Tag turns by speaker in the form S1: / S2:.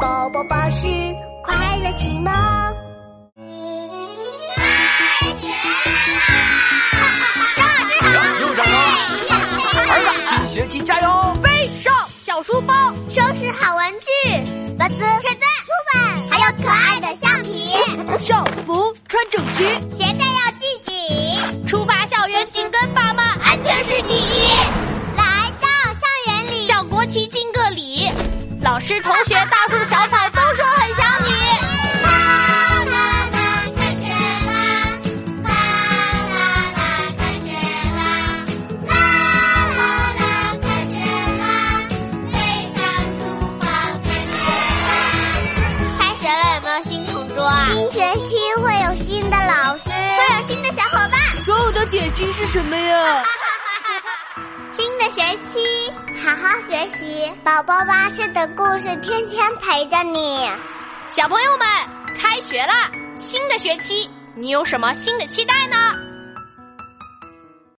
S1: 宝宝巴士快乐启蒙。
S2: 又长高了，儿子，哎新学期加油！
S1: 背上小书包，收拾好玩具，本子、尺子、书本，还有可爱的橡皮。
S3: 校服穿整齐，
S1: 鞋带要系紧，
S3: 出发校园紧跟爸妈，
S1: 安全是第一。来到校园里，
S3: 向国旗敬个礼，老师、同学、大树、小草都说很想你。
S1: 啦啦啦，开学啦！啦啦啦，开学啦！啦啦啦，开学啦！背上书包，开学啦！开学了有没有新同桌啊？新学期会有新的老师，会有新的小伙伴。
S3: 中午的点心是什么呀？
S1: 新的学期，好好学习，宝宝巴士的故事天天陪着你。
S3: 小朋友们，开学了，新的学期，你有什么新的期待呢？